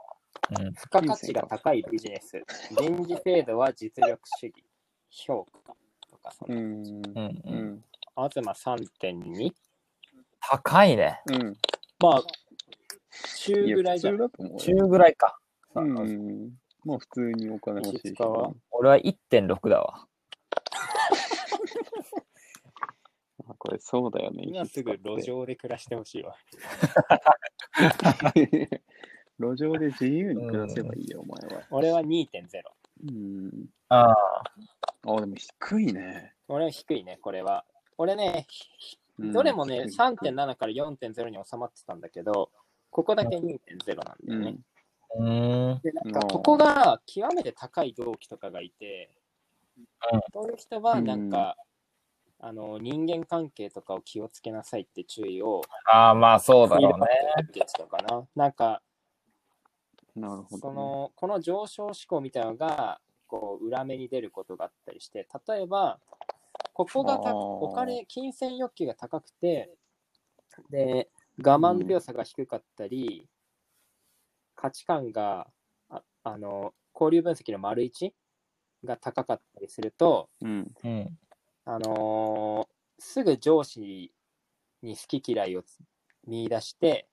[SPEAKER 2] うん。
[SPEAKER 3] 付加価値が高いビジネス。人事制度は実力主義。評価とか、その
[SPEAKER 1] うん。
[SPEAKER 2] うん
[SPEAKER 1] う
[SPEAKER 2] うん、
[SPEAKER 1] ん。
[SPEAKER 3] 東3.2。
[SPEAKER 2] 高いね。
[SPEAKER 1] うん。
[SPEAKER 3] まあ、中ぐらいじゃ
[SPEAKER 1] 普
[SPEAKER 3] ん
[SPEAKER 1] 通。だと思う
[SPEAKER 2] 中
[SPEAKER 1] よ。
[SPEAKER 2] ぐらいか。
[SPEAKER 1] うん。まあ普通にお金欲しい
[SPEAKER 3] 石塚は
[SPEAKER 1] 人。
[SPEAKER 2] 俺は1.6だわ。
[SPEAKER 1] あこれそうだよね。
[SPEAKER 3] 今すぐ路上で暮らしてほしいわ。
[SPEAKER 1] 路上で自由に暮らせばいいよ、お前は。
[SPEAKER 3] 俺は2.0。
[SPEAKER 1] うん。
[SPEAKER 2] ああ。
[SPEAKER 1] あ、でも低いね。
[SPEAKER 3] 俺は低いね、これは。俺ね、
[SPEAKER 1] うん
[SPEAKER 3] どれもね、
[SPEAKER 1] 低い
[SPEAKER 3] 3.7から4.0に収まってたんだけど、ここだけ2.0なんだ
[SPEAKER 1] う
[SPEAKER 3] よ
[SPEAKER 1] ん
[SPEAKER 3] ね。
[SPEAKER 2] うーん。
[SPEAKER 3] で、なんか、
[SPEAKER 1] うん
[SPEAKER 3] ここが極めて高い同期とかがいて
[SPEAKER 2] うん、
[SPEAKER 3] そういう人は、なんか、あの、人間関係とかを気をつけなさいって注意を、
[SPEAKER 2] ああ、まあそうだ
[SPEAKER 3] フィー
[SPEAKER 2] ろ
[SPEAKER 3] ド
[SPEAKER 2] うね
[SPEAKER 3] バ。ックでしたかな。なんか、
[SPEAKER 1] なるほどね。
[SPEAKER 3] その、この上昇志向みたいなのが、こう、裏目に出ることがあったりして、例えば、ここが
[SPEAKER 1] あー
[SPEAKER 3] たお金、金銭欲求が高くて、で、我慢強さが低かったり、価値観が、ああの、交流分析の丸一が高かったりすると、
[SPEAKER 1] うん。
[SPEAKER 2] うん。
[SPEAKER 3] あのーすぐ上司に好き嫌いを見出して、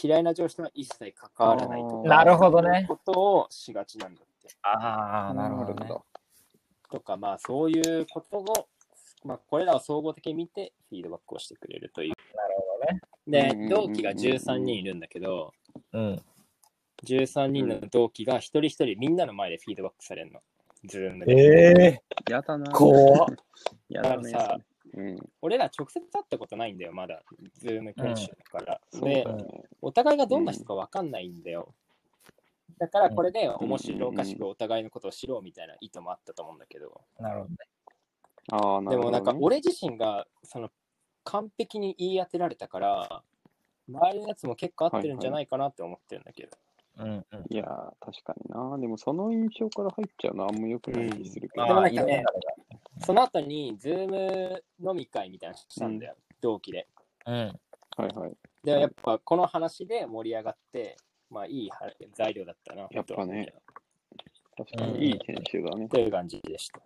[SPEAKER 3] 嫌いな上司とは一切関わらないとか、
[SPEAKER 2] なるほどね。
[SPEAKER 3] ことをしがちなんだって。
[SPEAKER 2] ああ、なるほどね。
[SPEAKER 3] とか、まあそういうことを、まあこれらを総合的に見てフィードバックをしてくれるという。
[SPEAKER 1] なる
[SPEAKER 3] で
[SPEAKER 1] ほどね、
[SPEAKER 3] 同期が13人いるんだけど、
[SPEAKER 2] うん。
[SPEAKER 3] 13人の同期が一人一人みんなの前でフィードバックされるの。ズームで。
[SPEAKER 2] ええ
[SPEAKER 1] やだな。
[SPEAKER 2] 怖っ
[SPEAKER 1] やだね
[SPEAKER 3] だからさ。
[SPEAKER 1] うん。
[SPEAKER 3] 俺ら直接会ったことないんだよ、まだ。ズーム研修だから。
[SPEAKER 1] そうだ
[SPEAKER 3] で、
[SPEAKER 1] よね。
[SPEAKER 3] お互いがどんな人かわかんないんだよ。だからこれで面白おかしくお互いのことを知ろうみたいな意図もあったと思うんだけど。
[SPEAKER 2] なるほどね。
[SPEAKER 1] ああ、な
[SPEAKER 3] で
[SPEAKER 1] る
[SPEAKER 3] も
[SPEAKER 1] ほどね。
[SPEAKER 3] なんか俺自身がその完璧に言い当てられたから周りのやつも結構合ってるんじゃないかなって思ってるんだけど、
[SPEAKER 2] うんうん。
[SPEAKER 1] いやー、確かにな。でもその印象から入っちゃうのはあんま良くない気するけど。
[SPEAKER 3] うんまあ
[SPEAKER 2] いいね。
[SPEAKER 3] その後に Zoom 飲み会みたいなのしたんだよ、同期で
[SPEAKER 2] うん。
[SPEAKER 1] はいはい。
[SPEAKER 3] でやっぱこの話で盛り上がってまあいいは材料だったな
[SPEAKER 1] やっぱね
[SPEAKER 3] と
[SPEAKER 1] 確かにいい研修だね。
[SPEAKER 3] という感じでした